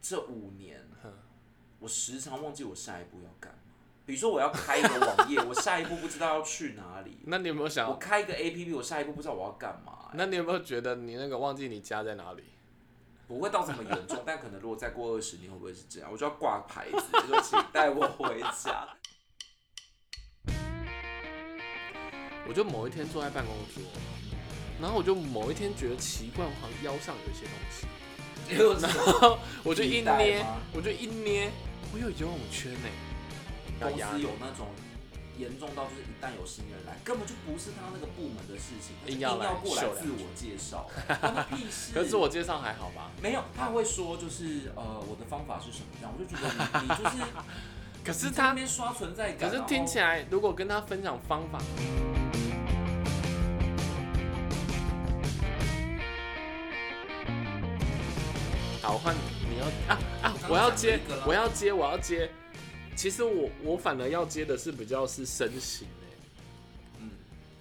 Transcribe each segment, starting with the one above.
这五年，嗯我时常忘记我下一步要干嘛。比如说我要开一个 网页，我下一步不知道要去哪里；那你有没有我想？开一个 APP，我下一步不知道我要干嘛、那你有没有觉得你那个忘记你家在哪里？不会到这么严 重，但可能如果再过二十年，会不会是这样？我就要挂牌子，就说请带我回 家。我就某一天坐在办公桌，然后我就某一天觉得奇怪，我好像腰上有一些东西，因为我知道然后我就一皮带捏吗，我就一捏，我有游泳圈呢、公司有那种严重到就是一旦有新人来，根本就不是他那个部门的事情，他就硬硬要要来过来秀两自我介绍，关他屁事。 可是自我介绍还好吧？没有，他会说就是呃我的方法是什么样，我就觉得你你就是可是你在那他，边刷存在可感，是听起来来，如果跟他分享方法，好换你要啊啊！我要接刚刚讲了一个啦，我要接，我要接。其实我我反而要接的是比较是身形欸嗯，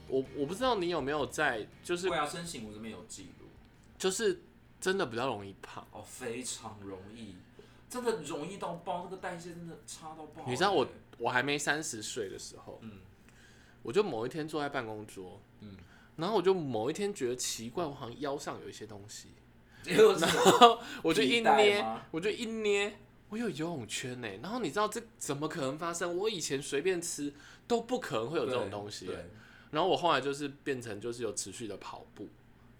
我我不知道你有没有在，就是会啊，申请我这边有记录就是真的比较容易胖。哦，非常容易，真的容易到爆，那个代谢真的差到爆。你知道我欸 我还没三十岁的时候，嗯我就某一天坐在办公桌，嗯，然后我就某一天觉得奇怪，我好像腰上有一些东西，因为我知道我就一皮带捏吗，我就一捏，我有游泳圈呢。欸然后你知道这怎么可能发生？我以前随便吃都不可能会有这种东西对欸。然后我后来就是变成就是有持续的跑步，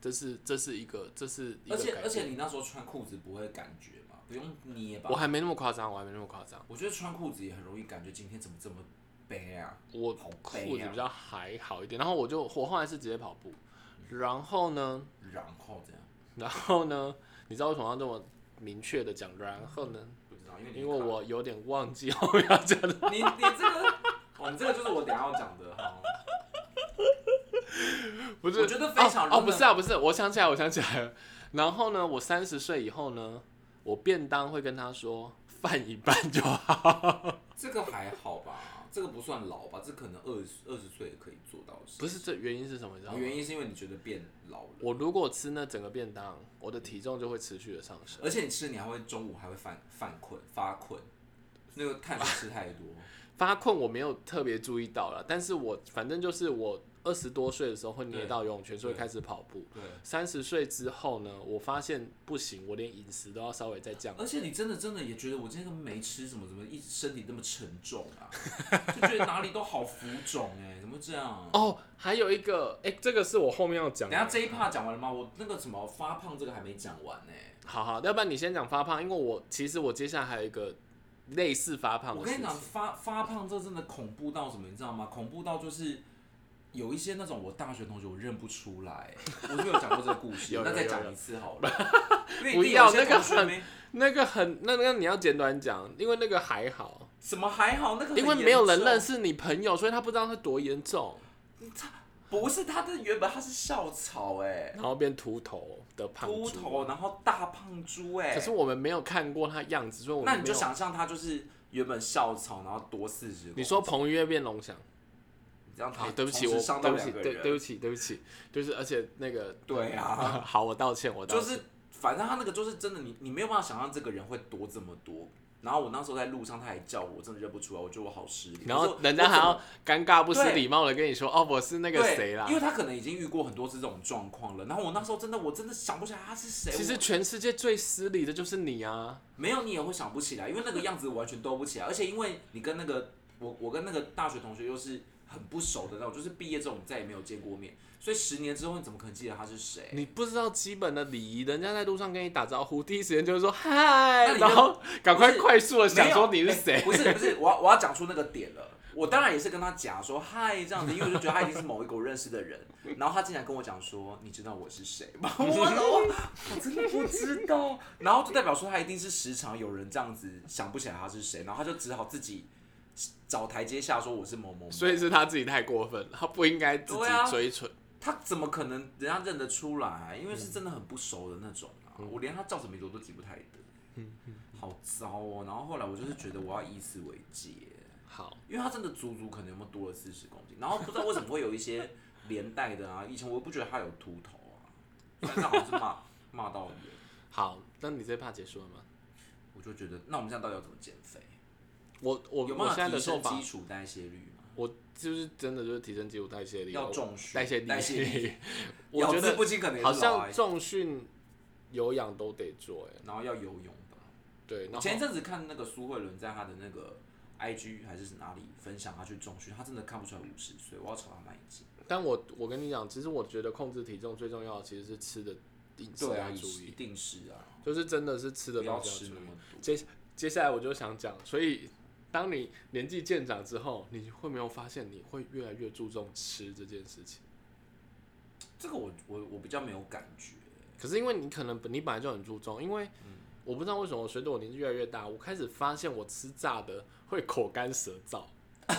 这是这是一个这是对一个而且改而且变你那时候穿裤子不会感觉嘛，不用捏吧我？还没那么夸张，我还没那么夸张，我觉得穿裤子也很容易感觉今天怎么这么悲啊？我好悲啊裤子比较还好一点。然后我就我后来是直接跑步，然后呢，然后这样，然后呢，你知道为什么要这么明确的讲？然后呢？不知道，因为你因为我有点忘记后面要讲的。你你这个，哦，你这个就是我等一下要讲的哈。不是，我觉得非常哦哦，容易不是啊，不是，我想起来，我想起来了。然后呢，我三十岁以后呢，我便当会跟他说饭一半就好，这个还好吧，这个不算老吧，这可能二十二十岁也可以做到的事。不是这原因是什么？你知然道后吗？原因是因为你觉得变老了，我如果吃那整个便当，我的体重就会持续的上升。而且你吃你还会中午还会犯犯困发困，那个碳水吃太多，发困我没有特别注意到了，但是我反正就是我二十多岁的时候会捏到游泳圈，所以开始跑步。对。三十岁之后呢，我发现不行，我连饮食都要稍微再降。而且你真的真的也觉得我今天都没吃什么，怎么一身体那么沉重啊？就觉得哪里都好浮肿哎、怎么会这样？哦，还有一个，哎、这个是我后面要讲等的。一下这一趴讲完了吗？我那个什么发胖这个还没讲完欸呢、好好，要不然你先讲发胖，因为我其实我接下来还有一个类似发胖我的事跟你情讲，。发发胖这真的恐怖到什么，你知道吗？恐怖到就是有一些那种我大学同学我认不出来，我就有讲过这个故事 有，那有再有讲有一次好了。因为一不定要有些那个同学很没那个很，那那你要简短讲，因为那个还好，什么还好，那个很因为没有人严重认识你朋友，所以他不知道他多严重，不是他的原本他是校草哎、然后变秃头的胖秃猪。头，然后大胖猪哎、可是我们没有看过他样子，所以我们那你没就有。想象他就是原本校草，然后多四十。你说彭于晏变龙翔你这样他啊？对不起，哎同我时伤到对不两起，个对人，对不起，对不起，就是而且那个 对啊，好，我道歉，我道就歉。是反正他那个就是真的，你你没有办法想象这个人会多这么多。然后我那时候在路上，他还叫我，我真的认不出来，我觉得我好失礼。然我后说人家还要尴尬不失对礼貌的跟你说，哦，我是那那个谁啦因。为他可能已经遇过很多次这种状况了。然后我那时候真的，我真的想不起来他是谁。其实我全世界最失礼的就是你啊！没有你也会想不起来，因为那个样子完全兜不起来。而且因为你跟那个我我跟那个大学同学又是很不熟的那种，就是毕业之后我们再也没有见过面，所以十年之后你怎么可能记得他是谁？你不知道基本的礼仪，人家在路上跟你打招呼，第一时间就是说嗨那，你就然后赶快不是快速的想没有说你是哎谁。不是不是，我要我要讲出那个点了。我当然也是跟他讲说嗨这样子，因为我就觉得他已经是某一个我认识的人，然后他竟然跟我讲说你知道我是谁吗？ 我我我真的不知道，然后就代表说他一定是时常有人这样子想不起来他是谁，然后他就只好自己找台阶下说我是某某某。所以是他自己太过分了，他不应该自对啊己追蠢。他怎么可能人家认得出来？啊因为是真的很不熟的那种啊，嗯我连他叫什么名字我都记不太得，好糟哦。然后后来我就是觉得我要以此为戒，好，因为他真的足足可能有没有多了四十公斤，然后不知道为什么会有一些连带的啊。以 前我也不觉得他有秃头啊，但是好像是骂 骂到我。好，那你这一趴结束了吗？我我就觉得，那我们这样到底要怎么减肥？我我有我办法现在的提做升法基，础代谢率吗？我就是真的就是提升基础代谢力，要我重视代谢代谢 力。我觉咬字得不清可能也好是老欸像癌重训、有氧都得做，哎，然后要游泳吧。对，然后前一阵子看那个苏慧伦在她的那个 IG 还是哪里分享她去重训，她真的看不出来五十岁，我要朝她迈进。但我我跟你讲，其实我觉得控制体重最重要的其实是吃的饮食对啊，要一注意，一定是啊，就是真的是吃的不要东吃西那注意。么多。接接下来我就想讲，所以当你年纪渐长之后，你会没有发现你会越来越注重吃这件事情？这个我我我比较没有感觉，可是因为你可能你本来就很注重，因为我不知道为什么随着我年纪越来越大，我开始发现我吃炸的会口干舌燥。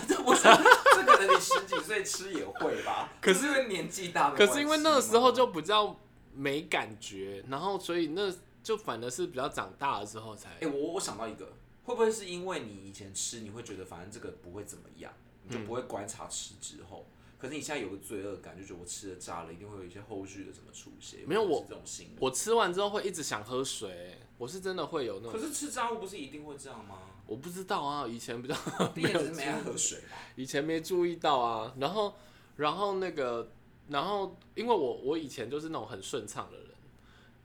这 我想这可能你十几岁吃也会吧，可是因为年纪大的可关系吗，是因为那个时候就比较没感觉，然后所以那就反而是比较长大了之后才哎、我我想到一个，会不会是因为你以前吃，你会觉得反正这个不会怎么样，你就不会观察吃之后。可是你现在有个罪恶感，就觉得我吃了炸了，一定会有一些后续的什么出现。没有会不会我是这种心理。我吃完之后会一直想喝水、我是真的会有那可种，是吃炸物不是一定会这样吗？ 我不知道啊，以前比较你也只是没爱喝水吧？以前没注意到啊，然后然后那个然后因为我我以前就是那种很顺畅的人，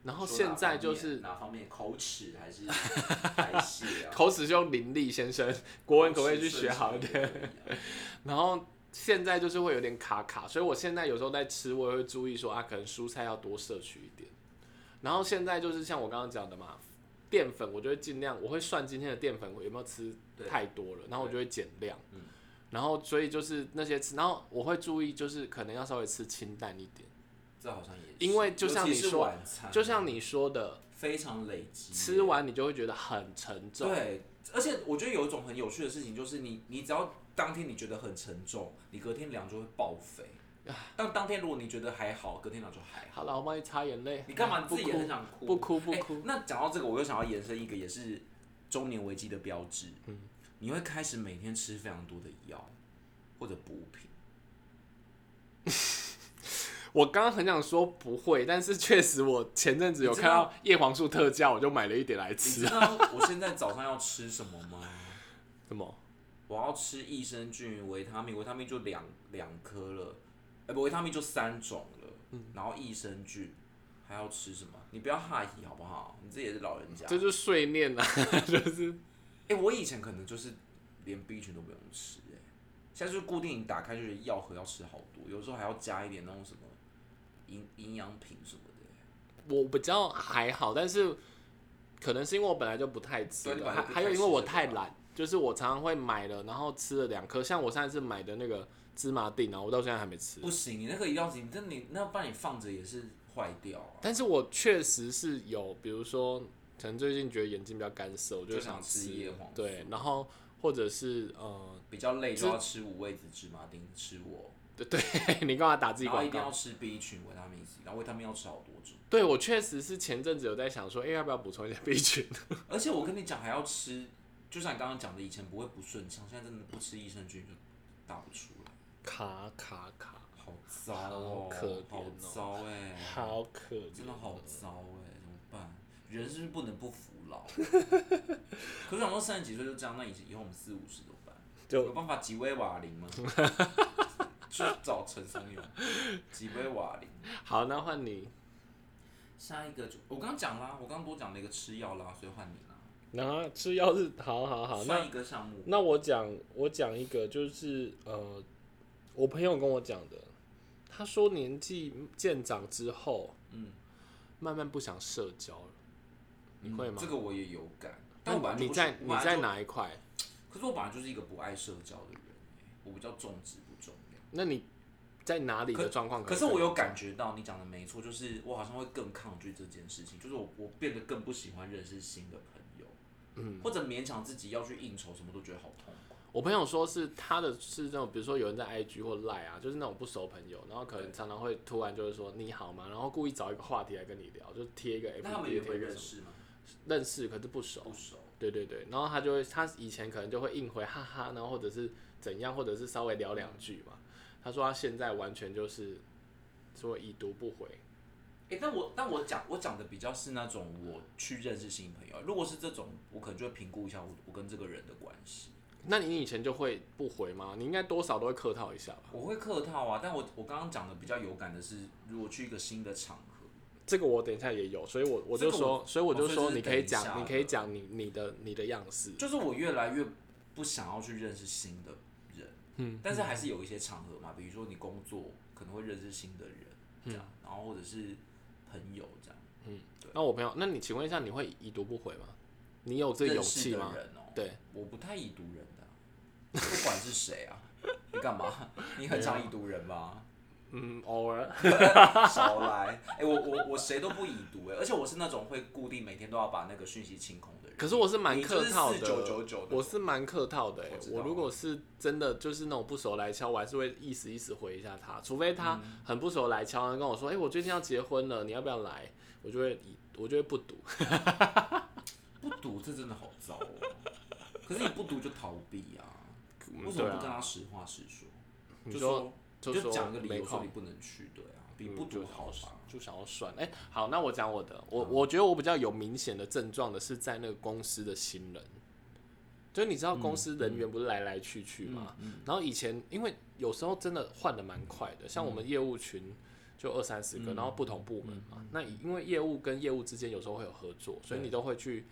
然后说现哪在方就面是哪方面口齿还是排泄啊？口齿就伶俐 先生， 国文可不可以去口齿学顺好一畅点？也可以啊？然后现在就是会有点卡卡，所以我现在有时候在吃，我也会注意说啊，可能蔬菜要多摄取一点。然后现在就是像我刚刚讲的嘛，淀粉我就会尽量，我会算今天的淀粉有没有吃对太多了，然后我就会减量嗯。然后所以就是那些吃，然后我会注意就是可能要稍微吃清淡一点，这 好像也是，因为就像尤你其是说晚餐就像你说的，非常累积吃完你就会觉得很沉重。对，而且我觉得有一种很有趣的事情，就是你你只要当天你觉得很沉重，你隔天量就会爆肥。但当天如果你觉得还好，隔天量就还好。好了，我帮你擦眼泪。你干嘛你不自己也哭很想哭？不哭不欸哭。那讲到这个，我又想要延伸一个，也是中年危机的标志。嗯，你会开始每天吃非常多的药或者补品。我刚刚很想说不会， 但是确实我前阵子有你知看道到叶黄素特价，我就买了一点来你吃知。道我现在早上要吃什么吗？什么？我要吃益生菌、维他命，维他命就两两颗了，哎、不，维他命就三种了，然后益生菌还要吃什么？你不要哈气好不好？你这也是老人家。这就是碎念啊，就是哎、我以前可能就是连 B 群都不用吃、哎，现在就是固定打开就是药盒要吃好多，有时候还要加一点那种什么营营养品什么的、我比较还好，但是可能是因为我本来就不太吃对你的，本来还就不还有太因吃为我这个太吧懒，就是我常常会买了，然后吃了两颗，像我上一次买的那个芝麻锭啊，我到现在还没吃。不行，你那个药你那你那不然你放着也是坏掉啊。但是我确实是有，比如说，可能最近觉得眼睛比较干涩，我就想想吃叶黄素对，然后或者是呃， 比较累就这要吃五味子芝麻丁，吃我。对对，你干嘛打自己然后广一定告？要吃 B 群维他命 C，然后维他命要吃好多种。对我确实是前阵子有在想说，哎、要不要补充一下 B 群？而且我跟你讲，还要吃，就像你刚刚讲的，以前不会不顺畅，现在真的不吃益生菌就打不出来， 卡卡卡，好糟哦，好可怜哦好糟哎、好可怜，哦真的好糟哎、怎么办？人是不是不能不服老？啊 可是想说三十几岁就这样，那以前以后我们四五十怎么办？有就办法几威瓦林 吗？去找陈松勇，几威瓦林。好。那换你，下一个就我刚讲啦，我刚多讲了一个吃药啦，所以换你啦。然后吃药是好好好。那算一个项目，那我讲我讲一个，就是呃，我朋友跟我讲的，他说年纪渐长之后，嗯，慢慢不想社交了，你嗯会吗这？个我也有感，但我本那来就你不在是你我本来在就？哪一块？可是我本来就是一个不爱社交的人，欸我比较重质不重量。那你在哪里的状况？可是我有感觉到你讲的没错，就是我好像会更抗拒这件事情，就是我我变得更不喜欢认识新的朋友，嗯，或者勉强自己要去应酬，什么都觉得好痛苦。我朋友说是他的是那种，比如说有人在 IG 或 Line 啊，就是那种不熟朋友，然后可能常常会突然就是说你好吗，然后故意找一个话题来跟你聊，就贴一个 FB 那他们贴也一会个认什么，识吗？认识可是不熟，不熟，对对对，然后他就会他以前可能就会硬回哈哈，然后或者是怎样，或者是稍微聊两句嘛。他说他现在完全就是说已读不回，哎、但我但我讲我讲的比较是那种我去认识新朋友，如果是这种，我可能就会评估一下我我跟这个人的关系。那你以前就会不回吗？你应该多少都会客套一下吧？我会客套啊，但我我刚刚讲的比较有感的是，如果去一个新的场合，这个我等一下也有，所以我我就这个说，所以我就哦所以说这是你可以等一讲，下你可以讲你你的你的样式。就是我越来越不想要去认识新的人，嗯，但是还是有一些场合嘛，比如说你工作可能会认识新的人，这嗯样，然后或者是朋友这样，那我朋友，那你请问一下，你会已读不回吗？你有这个勇认识气的吗？人哦、对，我不太已读人的啊、不管是谁啊， 你干嘛？你很常已读人 吗？嗯，偶尔。少来，哎、我我我谁都不已读哎、而且我是那种会固定每天都要把那个讯息清空的人。可是我是蛮客套的，你就是4999的我是蛮客套的、欸我。知道啊我如果是真的就是那种不熟来敲，我还是会意思意思回一下他，除非他嗯很不熟来敲，他跟我说：“哎、我最近要结婚了，你要不要来？”我就会以我就会不读。不读，这真的好糟哦、 可是你不读就逃避啊，嗯为什么对啊不跟他实话实说？你就说就就说讲个理没由说空你不能去，对啊，比嗯不就读好想吧？就想要算。哎、好，那我讲我的，我、我觉得我比较有明显的症状的是在那个公司的新人，就是你知道公司人员不是来来去去嗯嘛，然后以前因为有时候真的换的蛮快的，像我们业务群。就二三十个，然后不同部门嘛。那因为业务跟业务之间有时候会有合作，所以你都会去，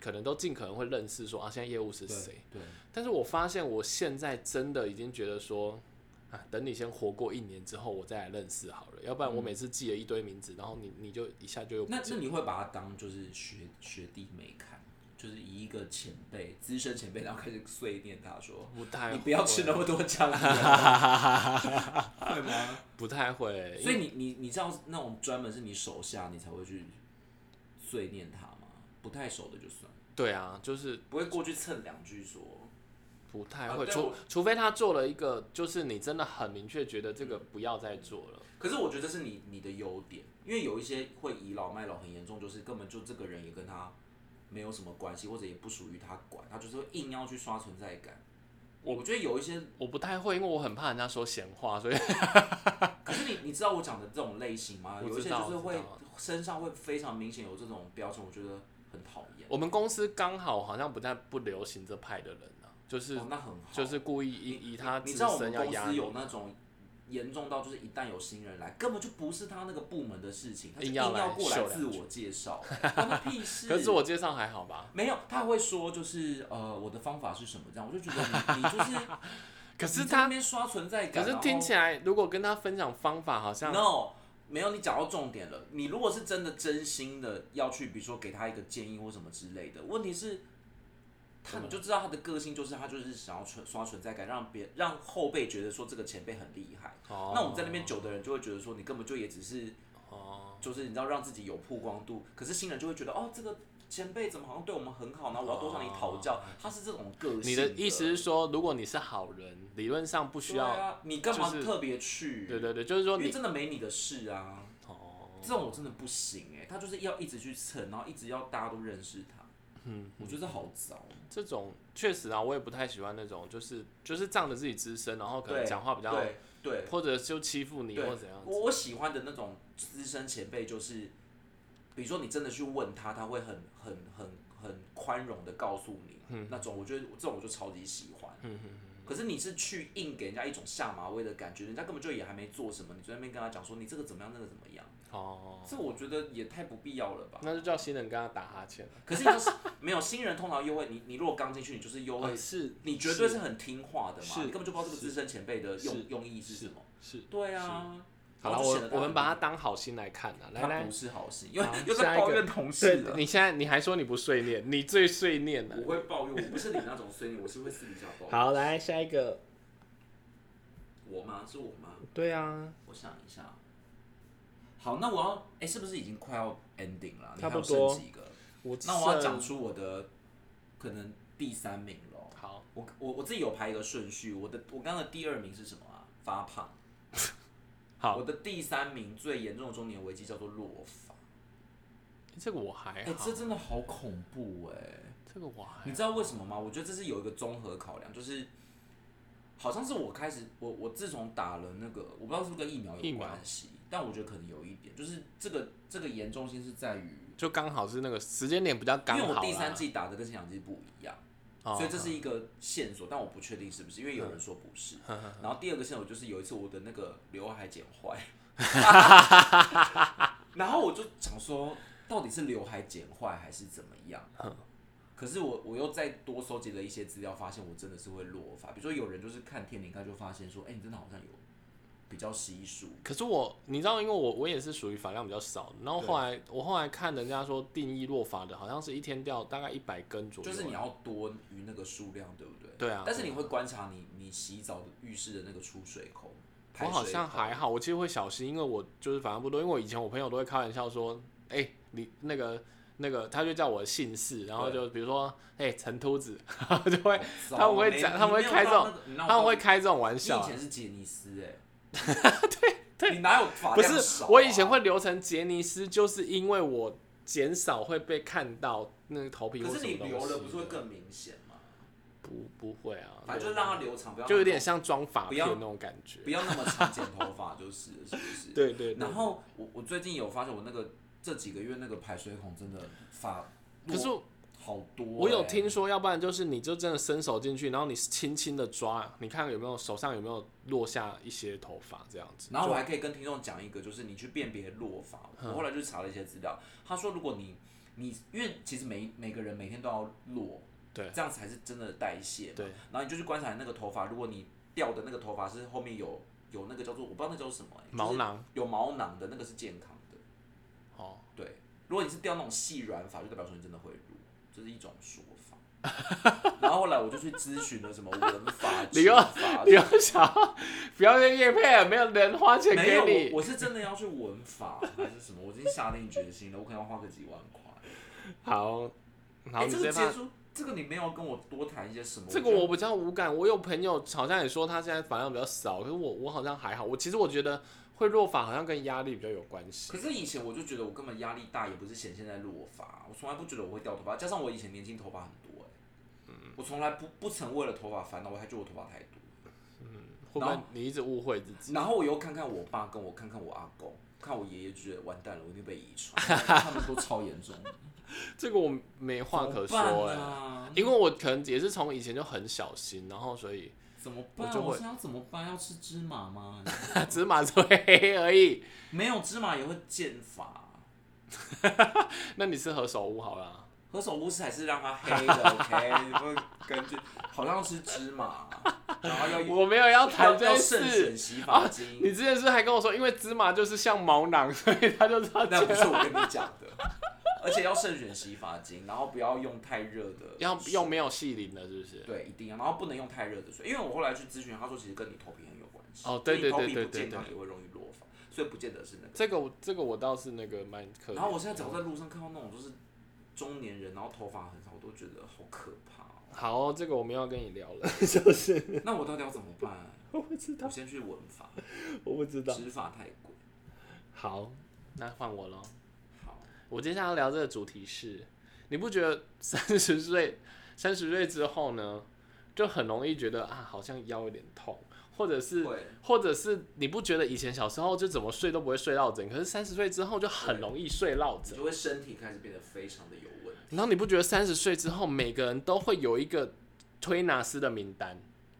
可能都尽可能会认识说啊，现在业务是谁。对，但是我发现我现在真的已经觉得说，啊，等你先活过一年之后，我再来认识好了，要不然我每次记了一堆名字，然后你你就一下就又不那见那你会把他当就是学学弟妹看，就是以一个前辈、资深前辈，然后开始碎念他说不太：“你不要会吃那么多姜 子牙。”会吗？不太会，所以你你你知道那种专门是你手下，你才会去碎念他吗？不太熟的就算，对啊，就是不会过去蹭两句说。不太啊会，对除我除非他做了一个，就是你真的很明确觉得这个不要再做了，可是我觉得是你你的优点，因为有一些会倚老卖老很严重，就是根本就这个人也跟他没有什么关系，或者也不属于他管，他就是会硬要去刷存在感。我觉得有一些，我不太会，因为我很怕人家说闲话，所以可是你你知道我讲的这种类型吗？我有一知些道就是我知会道身上会非常明显有这种标签，我觉得很讨厌。我们公司刚好好像不太不流行这派的人啊，就是、哦、那很好，就是故意以以他你自知道我们身要公压司你有那种严重到就是一旦有新人来，根本就不是他那个部门的事情，他就硬硬要来要过来秀两自句我介 绍，关他屁事。可是自我介绍还好吧？没有，他还会说就是呃我的方法是什么这样，我就觉得你 你就是可是你在那他，边刷存在可感，是听起来来，如果跟他分享方法，好像 no。没有，你讲到重点了。你如果是真的真心的要去，比如说给他一个建议或什么之类的，问题是，他你就知道他的个性就是他就是想要存刷存在感，让别让后辈觉得说这个前辈很厉害。哦那我们在那边久的人就会觉得说，你根本就也只是，哦，就是你知道让自己有曝光度，可是新人就会觉得，哦，这个前辈怎么好像对我们很好，然后我要多向你讨教，他是这种个性。哦你的意思是说，如果你是好人，理论上不需对要，啊，你干嘛就是特别去？对对对，就是说因为你真的没你的事啊，哦，这种我真的不行哎、他就是要一直去蹭，然后一直要大家都认识他，嗯，我觉得好糟。这种确实啊，我也不太喜欢那种，就是就是仗着自己资深，然后可能对讲话比较，对对或者就欺负你对或怎样，我我喜欢的那种资深前辈就是，比如说你真的去问他，他会很很很很宽容的告诉你，嗯那种我觉得这种我就超级喜欢。可是你是去硬给人家一种下马威的感觉，人家根本就也还没做什么，你就在那边跟他讲说你这个怎么样，那个怎么样，哦，这我觉得也太不必要了吧。那就叫新人跟他打哈欠，可是你就是没有新人，通常又会你你如果刚进去，你就是又会哦，是你绝对是很听话的嘛，是你根本就不知道这个是资深前辈的是用用意是什么。是，是对啊，好然了，后就显我得他我们很把他当好心来看啊，来他来不。是好事，因为好又下在一个抱怨同事对了，。你现在你还说你不碎念，你最碎念了。我会抱怨，我不是你那种碎念，我是会私底下抱怨。好，来下一个。我吗？是我吗？对啊，我想一下。好，那我要哎、是不是已经快要 ending 了？你差还不有多剩几个？我那我要剩讲出我的可能第三名喽。好，我我我自己有排一个顺序，我的我刚刚的第二名是什么啊？发胖。好我的第三名最严重的中年危机叫做落发。这个我还哎、好，这真的好恐怖哎、这个我还你知道为什么吗？我觉得这是有一个综合考量，就是好像是我开始，我我自从打了那个，我不知道是不是跟疫苗疫有苗关系，但我觉得可能有一点，就是这个这个严重性是在于，就刚好是那个时间点比较因刚为好啦。我第三季打的跟前两季不一样，哦，所以这是一个线索，但我不确定是不是，因为有人说不是。嗯然后第二个线索就是有一次我的那个刘海剪坏， 然后我就想说，到底是刘海剪坏还是怎么样？嗯可是我我又再多收集了一些资料，发现我真的是会落发。比如说有人就是看天灵盖就发现说，哎、你真的好像有比较稀疏，可是我，你知道，因为我我也是属于发量比较少的，然后后来我后来看人家说定义落发的，好像是一天掉大概一百根左右，就是你要多于那个数量，对不对？对啊但是你会观察你你洗澡的浴室的那个出水口，我排好水哦像口还好，我其实会小心，因为我就是反正不多，因为我以前我朋友都会开玩笑说，哎、你那个那个，他就叫我姓氏，然后就比如说，哎、陈秃子， 然后就会 糟他们会没讲你他们会哦没有开到这种那个你让他们我会开这种玩你笑以啊、前是杰尼斯 哎、对对，你哪有发不量是少我啊以前，会留成杰尼斯，就是因为我减少会被看到那个头皮或可什么是你东西留了不是会的更明显吗？不不会啊，反正就是让它留长，不要就有点那像装发不片要那种感觉么。不要那么长剪头发，就是了是不是？。 对对对。然后我我最近有发现，我那个这几个月那个排水孔真的发可是落我好多、我有欸听说，要不然就是你就真的伸手进去，然后你轻轻的抓，你看有没有手上有没有落下一些头发这样子。然后就嗯我还可以跟听众讲一个，就是你去辨别落发。我后来就查了一些资料，他说如果你你因为其实每每个人每天都要落，对这样才是真的代谢嘛。对然后你就去观察那个头发，如果你掉的那个头发是后面有有那个叫做我不知道那叫做什么、欸，就是毛囊有毛囊的那个是健康的。哦，对，如果你是掉那种细软发，就代表说你真的会弱，这是一种说法。 然后后来我就去咨询了什么纹发、 你卷又发，你要想要不要再叶配了，没有人花钱没有，给我你。我是真的要去纹发还是什么？我已经下定决心了，我可能要花个几万块。好，好，哎，你这直接个发接触，这个你没有跟我多谈一些什么？这个觉得我比较无感，我有朋友好像也说他现在反量比较少，可是我我好像还好，我其实我觉得会落发好像跟压力比较有关系可。是以前我就觉得我根本压力大，也不是显现在落发，我从来不觉得我会掉头发，加上我以前年轻头发很多、嗯哎，我从来不不曾为了头发烦恼，我还觉得我头发太多。会不然会后你一直误会自己？然后我又看看我爸，跟我看看我阿公，看我爷爷，就觉得完蛋了，我一定被遗传，他们都超严重，这个我没 话可怎么说哎、办 啊因为我可能也是从以前就很小心，然后所以 怎么我办？就会我现在要怎么办？要吃芝麻吗？芝麻只会黑黑而已。没有芝麻也会剑法，那你是何首乌好啦，何首乌是还是让它黑的 ，OK？你会根据好像是芝麻，然后要我没有要谈要这件要慎选事。洗发精，你之前是不是还跟我说，因为芝麻就是像毛囊，所以他就知道那不是我跟你讲的，而且要慎选洗发精，然后不要用太热的，要又没有细鳞了，是不是？对，一定要，然后不能用太热的水，因为我后来去咨询，他说其实跟你头皮很有关系，哦对对你头对皮对不健对康对也会容易落发，所以不见得是那个。这个我这个我倒是那个蛮可怜的。然后我现在走在路上看到那种就是中年人，然后头发很少，我都觉得好可怕哦、好、这个我们要跟你聊 了， 那我到底要怎么办？我不知我，先去纹发，我不知。植发太贵。好，那换我喽。好，我接下来要聊这个主题是，你不觉得三十岁三十岁之后呢，就很容易觉得啊，好像腰有点痛，或者是会或者是你不觉得以前小时候就怎么睡都不会睡落枕，可是三十岁之后就很容易睡落你枕。就会身体开始变得非常的有问题，然后你不觉得三十岁之后每个人都会有一个推拿师的名单？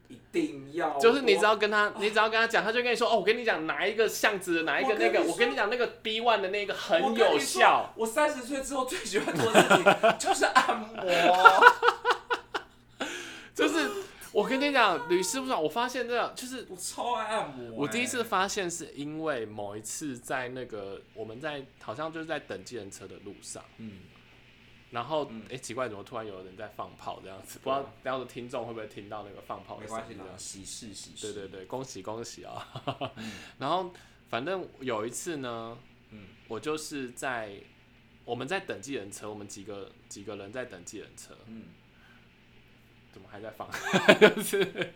一定要就是你只道。要跟他，你只要跟他讲，他就跟你说哦，我跟你讲哪一个巷子的哪一个我跟那你个，说我跟你讲那个 B one 的那个我很跟有你效说。，我三十岁之后最喜欢做的事情就是按哦摩。就是我跟你讲，吕师傅长，我发现这个就是我超爱按摩、哎我第一次，发现是因为某一次在那个我们在好像就是在等计程车的路上，嗯，然后哎、嗯啊诶奇怪，怎么突然有人在放炮这样子？不知道当时听众会不会听到那个放炮的没声关系音啦这样，子？喜事喜嗯事。对对对，恭喜恭喜啊！ 然后反正有一次呢，嗯我就是在我们在等计程车，我们几个几个人在等计程车，嗯，怎么还在放？ 就是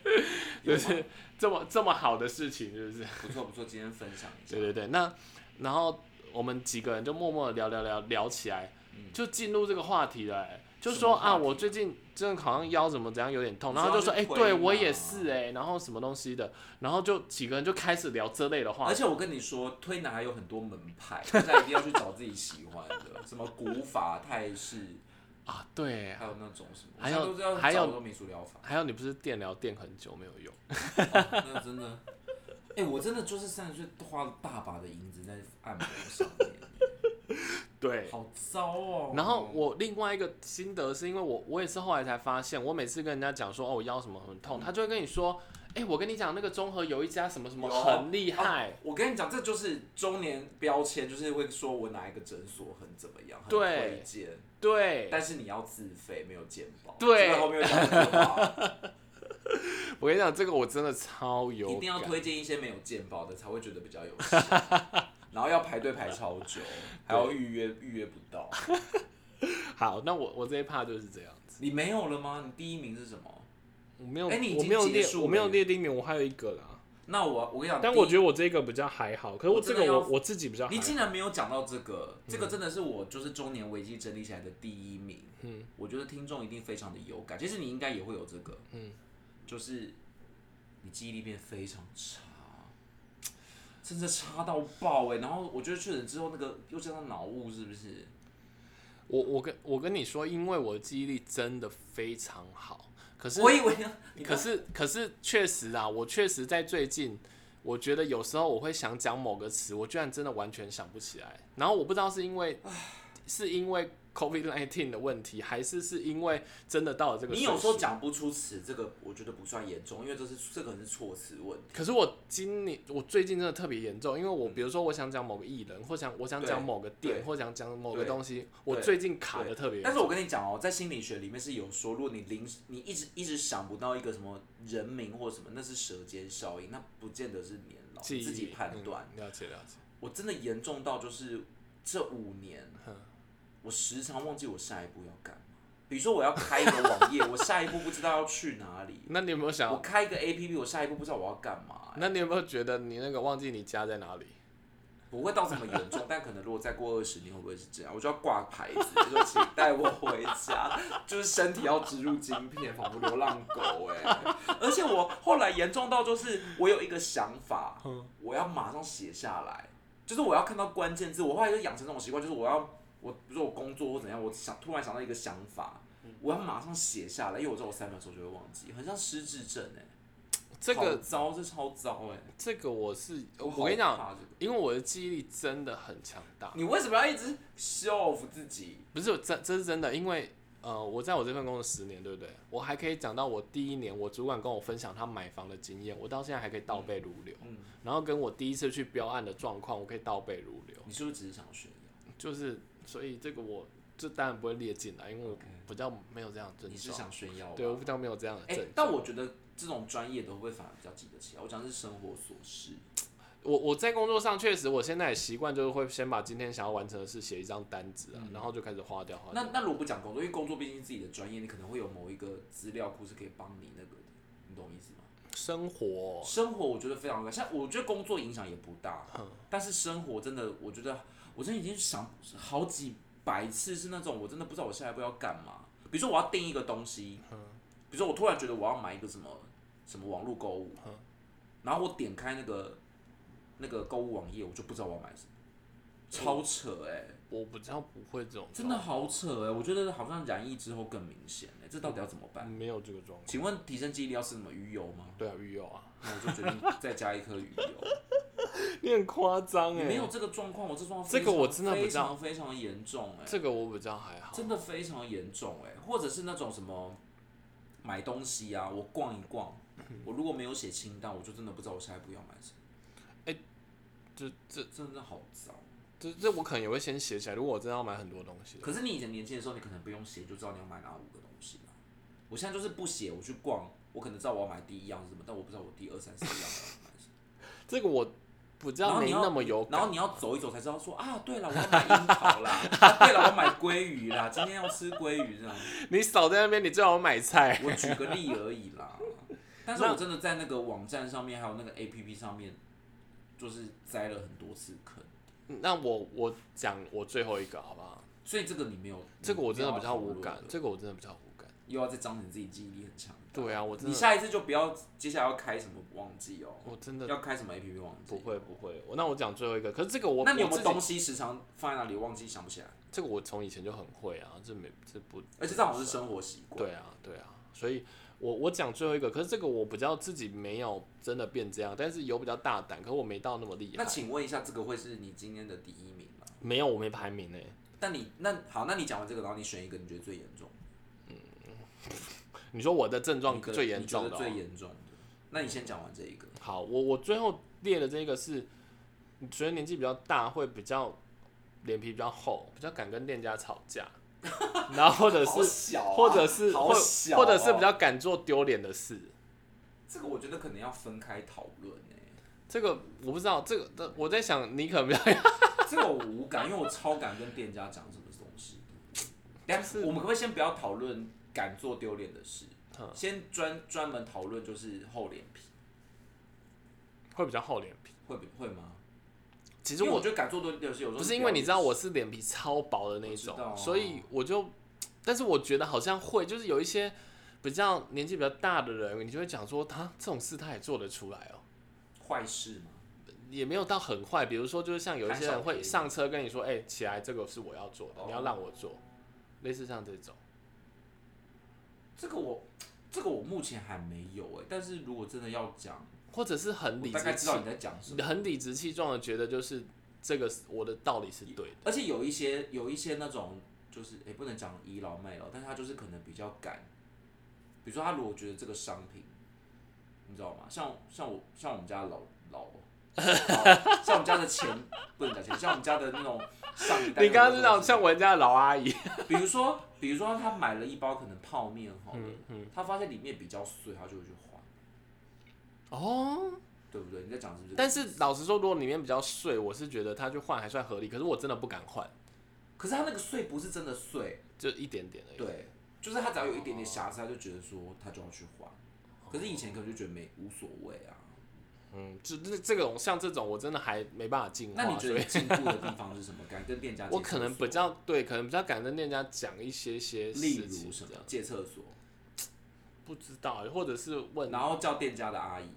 有吗就是这么这么好的事情，是不是？不错不错，今天分享一下。对对对，那然后我们几个人就默默地聊聊聊聊起来，就进入这个话题了、欸嗯就什说么话啊，题我最近真的好像腰怎么怎样有点痛，你然知后道就说就哎、是回对应我嘛也是哎、然后什么东西的，然后就几个人就开始聊这类的话而，且我跟你说，推拿还有很多门派，大家一定要去找自己喜欢的，什么古法、泰式，啊，对啊还有那种什么，还有我现在都知道还有找很多民俗疗法，还有你不是电疗电很久没有用，那真的，哎、我真的就是三十岁花了大把的银子在按摩上面，对好糟哦。然后我另外一个心得是因为我我也是后来才发现，我每次跟人家讲说哦我腰什么很嗯痛，他就会跟你说，哎、我跟你讲那个综合有一家什么什么有哦很厉害，我跟你讲，这就是中年标签，就是会说我哪一个诊所很怎么样，很对推荐，对，但是你要自费，没有健保。对这个后面有讲过 吧我跟你讲这个我真的超有一定要感推荐一些没有健保的，才会觉得比较有 效。然后要排队排超久，还要预约，预约不到。好，那我我这一趴就是这样子，你没有了吗？你第一名是什么？我没有，哎你已我经没有结列束我没有了列第一名，我还有一个啦。那我我跟你讲，但第一我觉得我这个比较还好，可是我我这真的个要我我自己比较还你竟好。然没有讲到这个，这个真的是我就是中年危机整理起来的第一名。嗯，我觉得听众一定非常的有感，其实你应该也会有这个。嗯，就是你记忆力变非常差，真的差到爆哎、然后我觉得确诊之后那个又加上脑雾，是不是？我我跟我跟你说，因为我的记忆力真的非常好，可是我以为 你可刚是可是确实啊，我确实在最近，我觉得有时候我会想讲某个词，我居然真的完全想不起来。然后我不知道是因为是因为 COVID nineteen 的问题，还是是因为真的到了这个你有时岁候数。讲不出词，这个我觉得不算严重，因为这是这个可能是措辞问题。可是我今年我最近真的特别严重，因为我比如说我想讲某个艺人，或想我想讲对某个店对，或想讲某个对东西，我对最近卡对的特别严但重。是我跟你讲哦，在心理学里面是有说，如果你临时你一直一直想不到一个什么人名或什么，那是舌尖效应，那不见得是年老，记你忆自己判断。、嗯了解了解。我真的严重到就是这五年，我时常忘记我下一步要干嘛。比如说我要开一个网 页，我下一步不知道要去哪里；那你有没有我想？开一个 APP，我下一步不知道我要干嘛、那你有没有觉得你那个忘记你家在哪里？不会到这么严重， 但可能如果再过二十年，会不会是这样？我就要挂牌子，就说请带我回家，就是身体要植入晶片，仿佛流浪狗哎、而且我后来严重到就是，我有一个想 法，嗯我要马上写下来，就是我要看到关键字。我后来就养成这种习惯，就是我要我比如说我工作或怎样，我想突然想到一个想法，嗯我要马上写下来，因为我知道我三秒钟就会忘记，很像失智症哎、这好个糟，这超糟哎、这个我是好我跟你讲，怕这个。因为我的记忆力真的很强大，你为什么要一直 show off 自己？不是这这是真的，因为呃我在我这份工作十年，对不对？我还可以讲到我第一年我主管跟我分享他买房的经验，我到现在还可以倒背如流，嗯然后跟我第一次去标案的状况，我可以倒背如流，你是不是只是想要炫耀？就是所以这个我这当然不会列进来，因为我 OK 比较没有这样的症你是状，想炫耀吧？对我比较没有这样的哎、症状。但我觉得这种专业的会不会反而比较记得起来？我讲的是生活琐事，哎我我在工作上确实，我现在也习惯就是会先把今天想要完成的事写一张单子啊，然后就开始花掉花嗯那掉。那如果不讲工作，因为工作毕竟是自己的专业，你可能会有某一个资料库是可以帮你那个的，你懂我意思吗？生活生活我觉得非常有感，像我觉得工作影响也不大，但是生活真的，我觉得我真的已经想好几百次是那种我真的不知道我下一步要干嘛。比如说我要订一个东西，比如说我突然觉得我要买一个什么什么网络购物，然后我点开那个那个购物网页，我就不知道我要买什么，超扯哎、我比较不会这种状况，真的好扯哎、我觉得好像染疫之后更明显哎、这到底要怎么办？没有这个状况。请问提升记忆力要吃什么鱼油吗？对啊，鱼友啊，那我就决定再加一颗鱼油。 你很夸张你哎，没有这个状况，我这状况这个我真的不非知道常非常严重哎、这个我比较还好。真的非常严重哎、或者是那种什么买东西啊，我逛一逛，嗯我如果没有写清单，我就真的不知道我下一步要买什么，这这真的好糟。这这我可能也会先写起来，如果我真的要买很多东西，可是你以前年轻的时候，你可能不用写就知道你要买哪五个东西啦。我现在就是不写，我去逛，我可能知道我要买第一样是什么，但我不知道我第二三四样 要买什么。这个我比然较后没你要那么有感。然后你要走一走才知道说啊，对了，我要买樱桃啦， 啊对了，我要买鲑鱼啦，今天要吃鲑鱼这样。你少在那边，你最好买菜。 我举个例而已啦。 但是那我真的在那个网站上面，还有那个 APP 上面，就是栽了很多次坑。那我我讲我最后一个好不好？所以这个你没有，这个我真的比嗯较你没有无要感讨，论这个我真的比较无感。又要再彰显自己记忆力很强。对啊，我真你的，下一次就不要，接下来要开什么忘记哦，我真的要开什么 A P P 忘记。不会不会。我那我讲最后一个，可是这个我那你有我没自有己东西时常放在那里忘记想不起来？这个我从以前就很会啊，这没这不，而且这好像是生活习惯。对啊对啊，所以我我讲最后一个，可是这个我比较自己没有真的变这样，但是有比较大胆，可我没到那么厉那。害请问一下，这个会是你今天的第一名吗？没有，我没排名诶、欸但你那好，那你讲完这个，然后你选一个你觉得最严重，你说我的症状你的最严重你的、觉哦得，最严重的。那你先讲完这一个，好，我我最后列的这个是，你觉得年纪比较大会比较脸皮比较厚，比较敢跟店家吵 架，然后或者好是、小啊或者是好或小哦或者是比较敢做丢脸的事。这个我觉得可能要分开讨论哎，这个我不知道，这个这我在想，你可能比较这个我无感，因为我超敢跟店家讲什么东西的。但就是是我们可不可以先不要讨论敢做丢脸的事嗯，先专专门讨论就是厚脸皮，会比较厚脸皮。会不会吗？其其实我我觉得敢做丢脸的事有时候不是因为你知道我是是脸皮超薄的那一种我知道，啊所以我就，但是我觉得好像会，就是有一些比较年纪比较大的人，你就会讲说，他这种事他也做得出来哦。坏事吗？也没有到很坏，比如说就是像有一些贪人小便会宜上车跟你说，哎、起来，这个是我要做的哦，你要让我做，类似像这种，这个我这个我目前还没有哎，但是如果真的要讲，或者是很我理大概直知气道你在讲什么。很理直气壮的觉得就是这个是我的道理是对的，而且有一些有一些那种就是也、不能讲倚老卖老，但是他就是可能比较敢，比如说他如果觉得这个商品，你知道吗？像像我像我们家老老。老像我们家的钱不能讲钱，像我们家的那种上一代。你刚刚是那种像，我们家的老阿姨，比如说，比如说他买了一包可能泡面好了，嗯他发现里面比较碎，他就会去换，哦，对不对？你在讲是不是？但是老实说，如果里面比较碎，我是觉得他去换还算合理，可是我真的不敢换，可是他那个碎不是真的碎，就一点点而已。对，就是他只要有一点点瑕疵，他就觉得说他就要去还。哦可是以前可能就觉得没无所谓啊。嗯，就这这种像这种，我真的还没办法进化。那你觉得所以你进步的地方是什么？敢跟店家借 我可能厕所比较对，可能比较敢跟店家讲一些些例事情如什么这样借厕所，不知道，或者是问，然后叫店家的阿姨，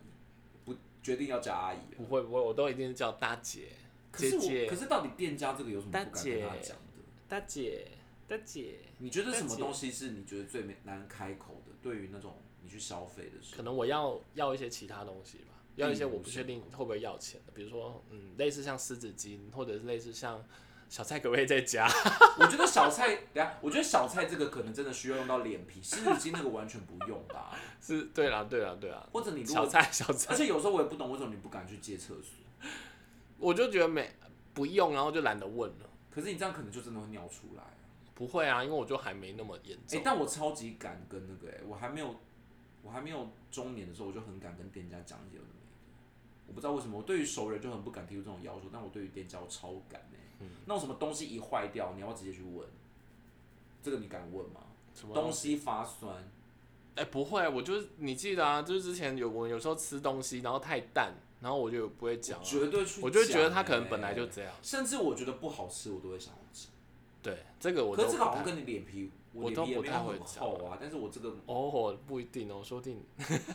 不决定要叫阿姨了。不会不会，我都一定是叫大姐、可姐是我，可姐、是到底店家这个有什么不敢跟他大姐讲的？大姐、大姐。你觉得什么大姐东西是你觉得最没难开口的？对于那种你去消费的时可候，能我要要一些其他东西吧，例如要一些我不确定会不会要钱的，比如说嗯，类似像湿纸巾，或者是类似像小蔡可不可以在家？ 我觉得小菜，等一下，我觉得小菜这个可能真的需要用到脸皮，湿纸巾那个完全不用吧。是对啦对啦对啦，或者你如小果蔡小蔡而，且有时候我也不懂为什么你不敢去借厕所，我就觉得没不用，然后就懒得问了。可是你这样可能就真的会尿出来啊。不会啊，因为我就还没那么严哎、重。但我超级敢跟那个、欸，我还没有，我还没有中年的时候，我就很敢跟店家讲一些有的没的。我不知道为什么，我对于熟人就很不敢提出这种要求，但我对于店家我超敢哎、嗯那种什么东西一坏掉，你要不要直接去问，这个你敢问吗？什么东西发酸，哎、不会，我就是你记得啊，就是之前有我有时候吃东西，然后太淡，然后我就不会讲啊、绝对去、欸。我就会觉得欸他可能本来就这样。甚至我觉得不好吃，我都会想要吃。对，这个我可都是这个不好像太跟你脸皮，我脸都皮也不没有太会很讲厚啊，但是我这个哦，不一定哦，说不定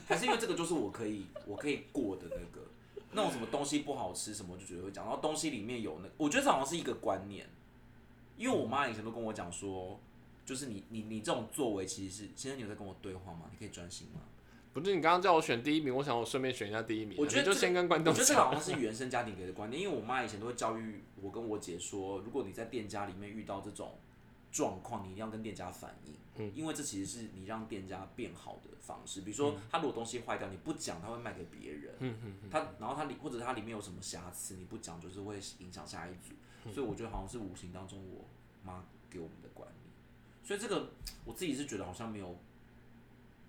还是因为这个就是我可以我可以过的那个，那种什么东西不好吃什么，我就觉得会讲。然后东西里面有那，我觉得这好像是一个观念，因为我妈以前都跟我讲说，就是你你你这种作为其实是，先生你有在跟我对话吗？你可以专心吗？不是你刚刚叫我选第一名，我想我顺便选一下第一名啊，我觉得你就这个先跟观我众觉得这个讲。好像是原生家庭给的观念，因为我妈以前都会教育我跟我姐说，如果你在店家里面遇到这种状况，你一定要跟店家反映，嗯，因为这其实是你让店家变好的方式。比如说，他如果东西坏掉，你不讲，他会卖给别人，嗯嗯，他然后他里或者他里面有什么瑕疵，你不讲就是会影响下一组，所以我觉得好像是无形当中我妈给我们的观念，所以这个我自己是觉得好像没有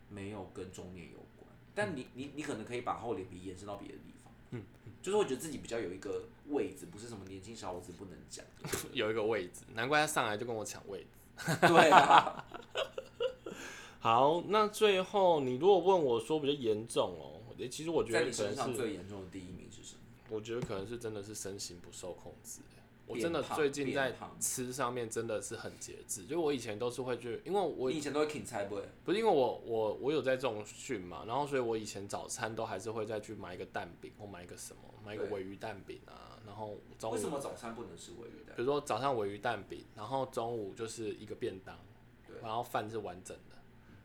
没有跟中年有关，但你你你可能可以把厚脸皮延伸到别的地方。就是会觉得自己比较有一个位置，不是什么年轻小伙子不能讲。 有一个位置，难怪他上来就跟我抢位置。 对啊，好，那最后你如果问我说比较严重哦，诶其实我觉在得你可身上能是，最严重的第一名是什么？我觉得可能是真的是身形不受控制。我真的变胖最近在变胖吃上面真的是很节制，就我以前都是会去，因为我你以前都会挺菜不会？不是因为我我我有在重训嘛，然后所以我以前早餐都还是会再去买一个蛋饼或买一个什么，买一个对尾鱼蛋饼啊，然后中午为什么早餐不能吃鲔鱼蛋？比如说早上尾鱼蛋饼，然后中午就是一个便当对，然后饭是完整的，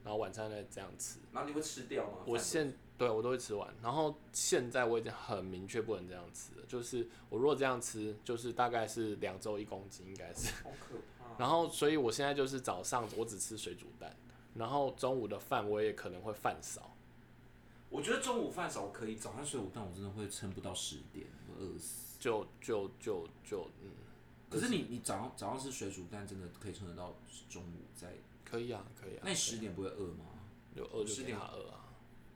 然后晚餐再这样吃。然后你会吃掉吗？我饭现对我都会吃完，然后现在我已经很明确不能这样吃了，就是我如果这样吃，就是大概是两周一公斤应该是。好可哦怕。 然后，所以我现在就是早上我只吃水煮蛋，然后中午的饭我也可能会饭少。我觉得中午饭少可可以以早上水煮蛋，我真的会撑不到十点，我饿死。就就就就嗯，可是你你早上早上吃水煮蛋，真的可以撑得到中午在？可以啊，可以啊。那你十点不会饿吗？有饿就给他饿啊，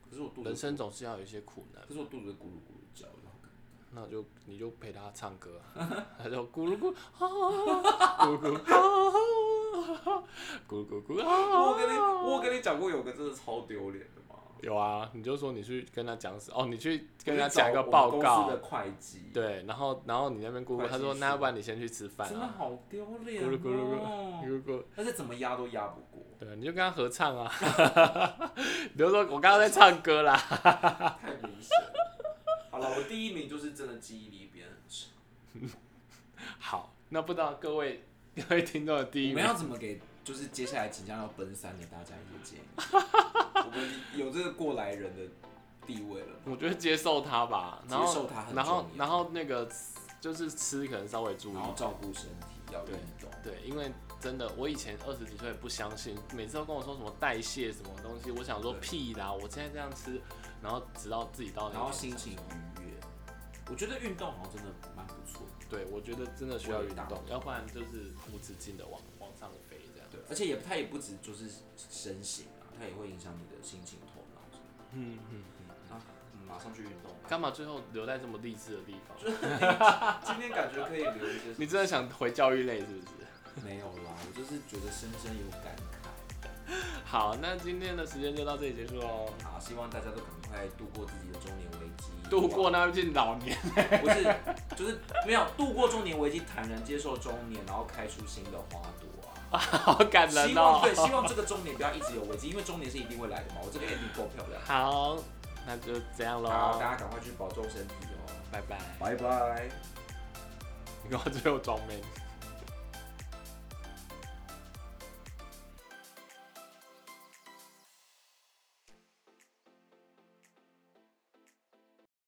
可是我肚人子，生总是要有一些苦难，可是我肚子咕噜咕噜叫，然后那就你就陪他唱歌啊，他就咕噜咕 啊，咕 噜咕啊，咕噜 咕咕 啊。我跟你，我跟你讲过有个真的超丢脸的嘛，有啊，你就说你去跟他讲什哦，你去跟我他去找讲一个我们报公司告啊的，会计，对，然后然后你那边咕会咕，计他说师那要不然你先去吃饭真的啊，好丢脸咕噜咕噜咕 哦。咕咕。但是怎么压都压不过，对，你就跟他合唱啊， 比如说我刚刚在唱歌啦，太明显了。好了，我第一名就是真的记忆力变很差。好，那不知道各位 各位听众的第我一们名，要怎么给就是接下来即将要奔三的大家一些建议？ 我们有这个过来人的地位了吗？我觉得接受他吧，然后接受它很重要然后然后那个就是吃可能稍微注意然，后照顾身体，要运对动。对，因为真的我以前二十几岁不相信，每次都跟我说什么代谢什么东西，我想说对屁啦，我现在这样吃，然后直到自己到那然后心天才情说愉悦。我觉得运动好像真的蛮不错的，对我觉得真的需要我也运大动，要不然就是无止境的往往上飞这样，对，而且也它也不止就是身形啊，它也会影响你的心情、头脑什么的。嗯嗯嗯，啊嗯马上去运动。干嘛最后留在这么励志的地方？啊今天感觉可以留一些什么 你真的想回教育类是不是？没有啦，我就是觉得深深有感慨好，那今天的时间就到这里结束喽。啊，希望大家都赶快度过自己的中年危机，度过那进老年，不是，就是没有度过中年危机，坦然接受中年，然后开出新的花朵啊！好感希人望哦、对，希望这个中年不要一直有危机，因为中年是一定会来的嘛。我这个 ending 够漂亮，好，那就这样好，喽，大家赶快去保重身体哦，拜拜。 拜拜。你给我最后装妹。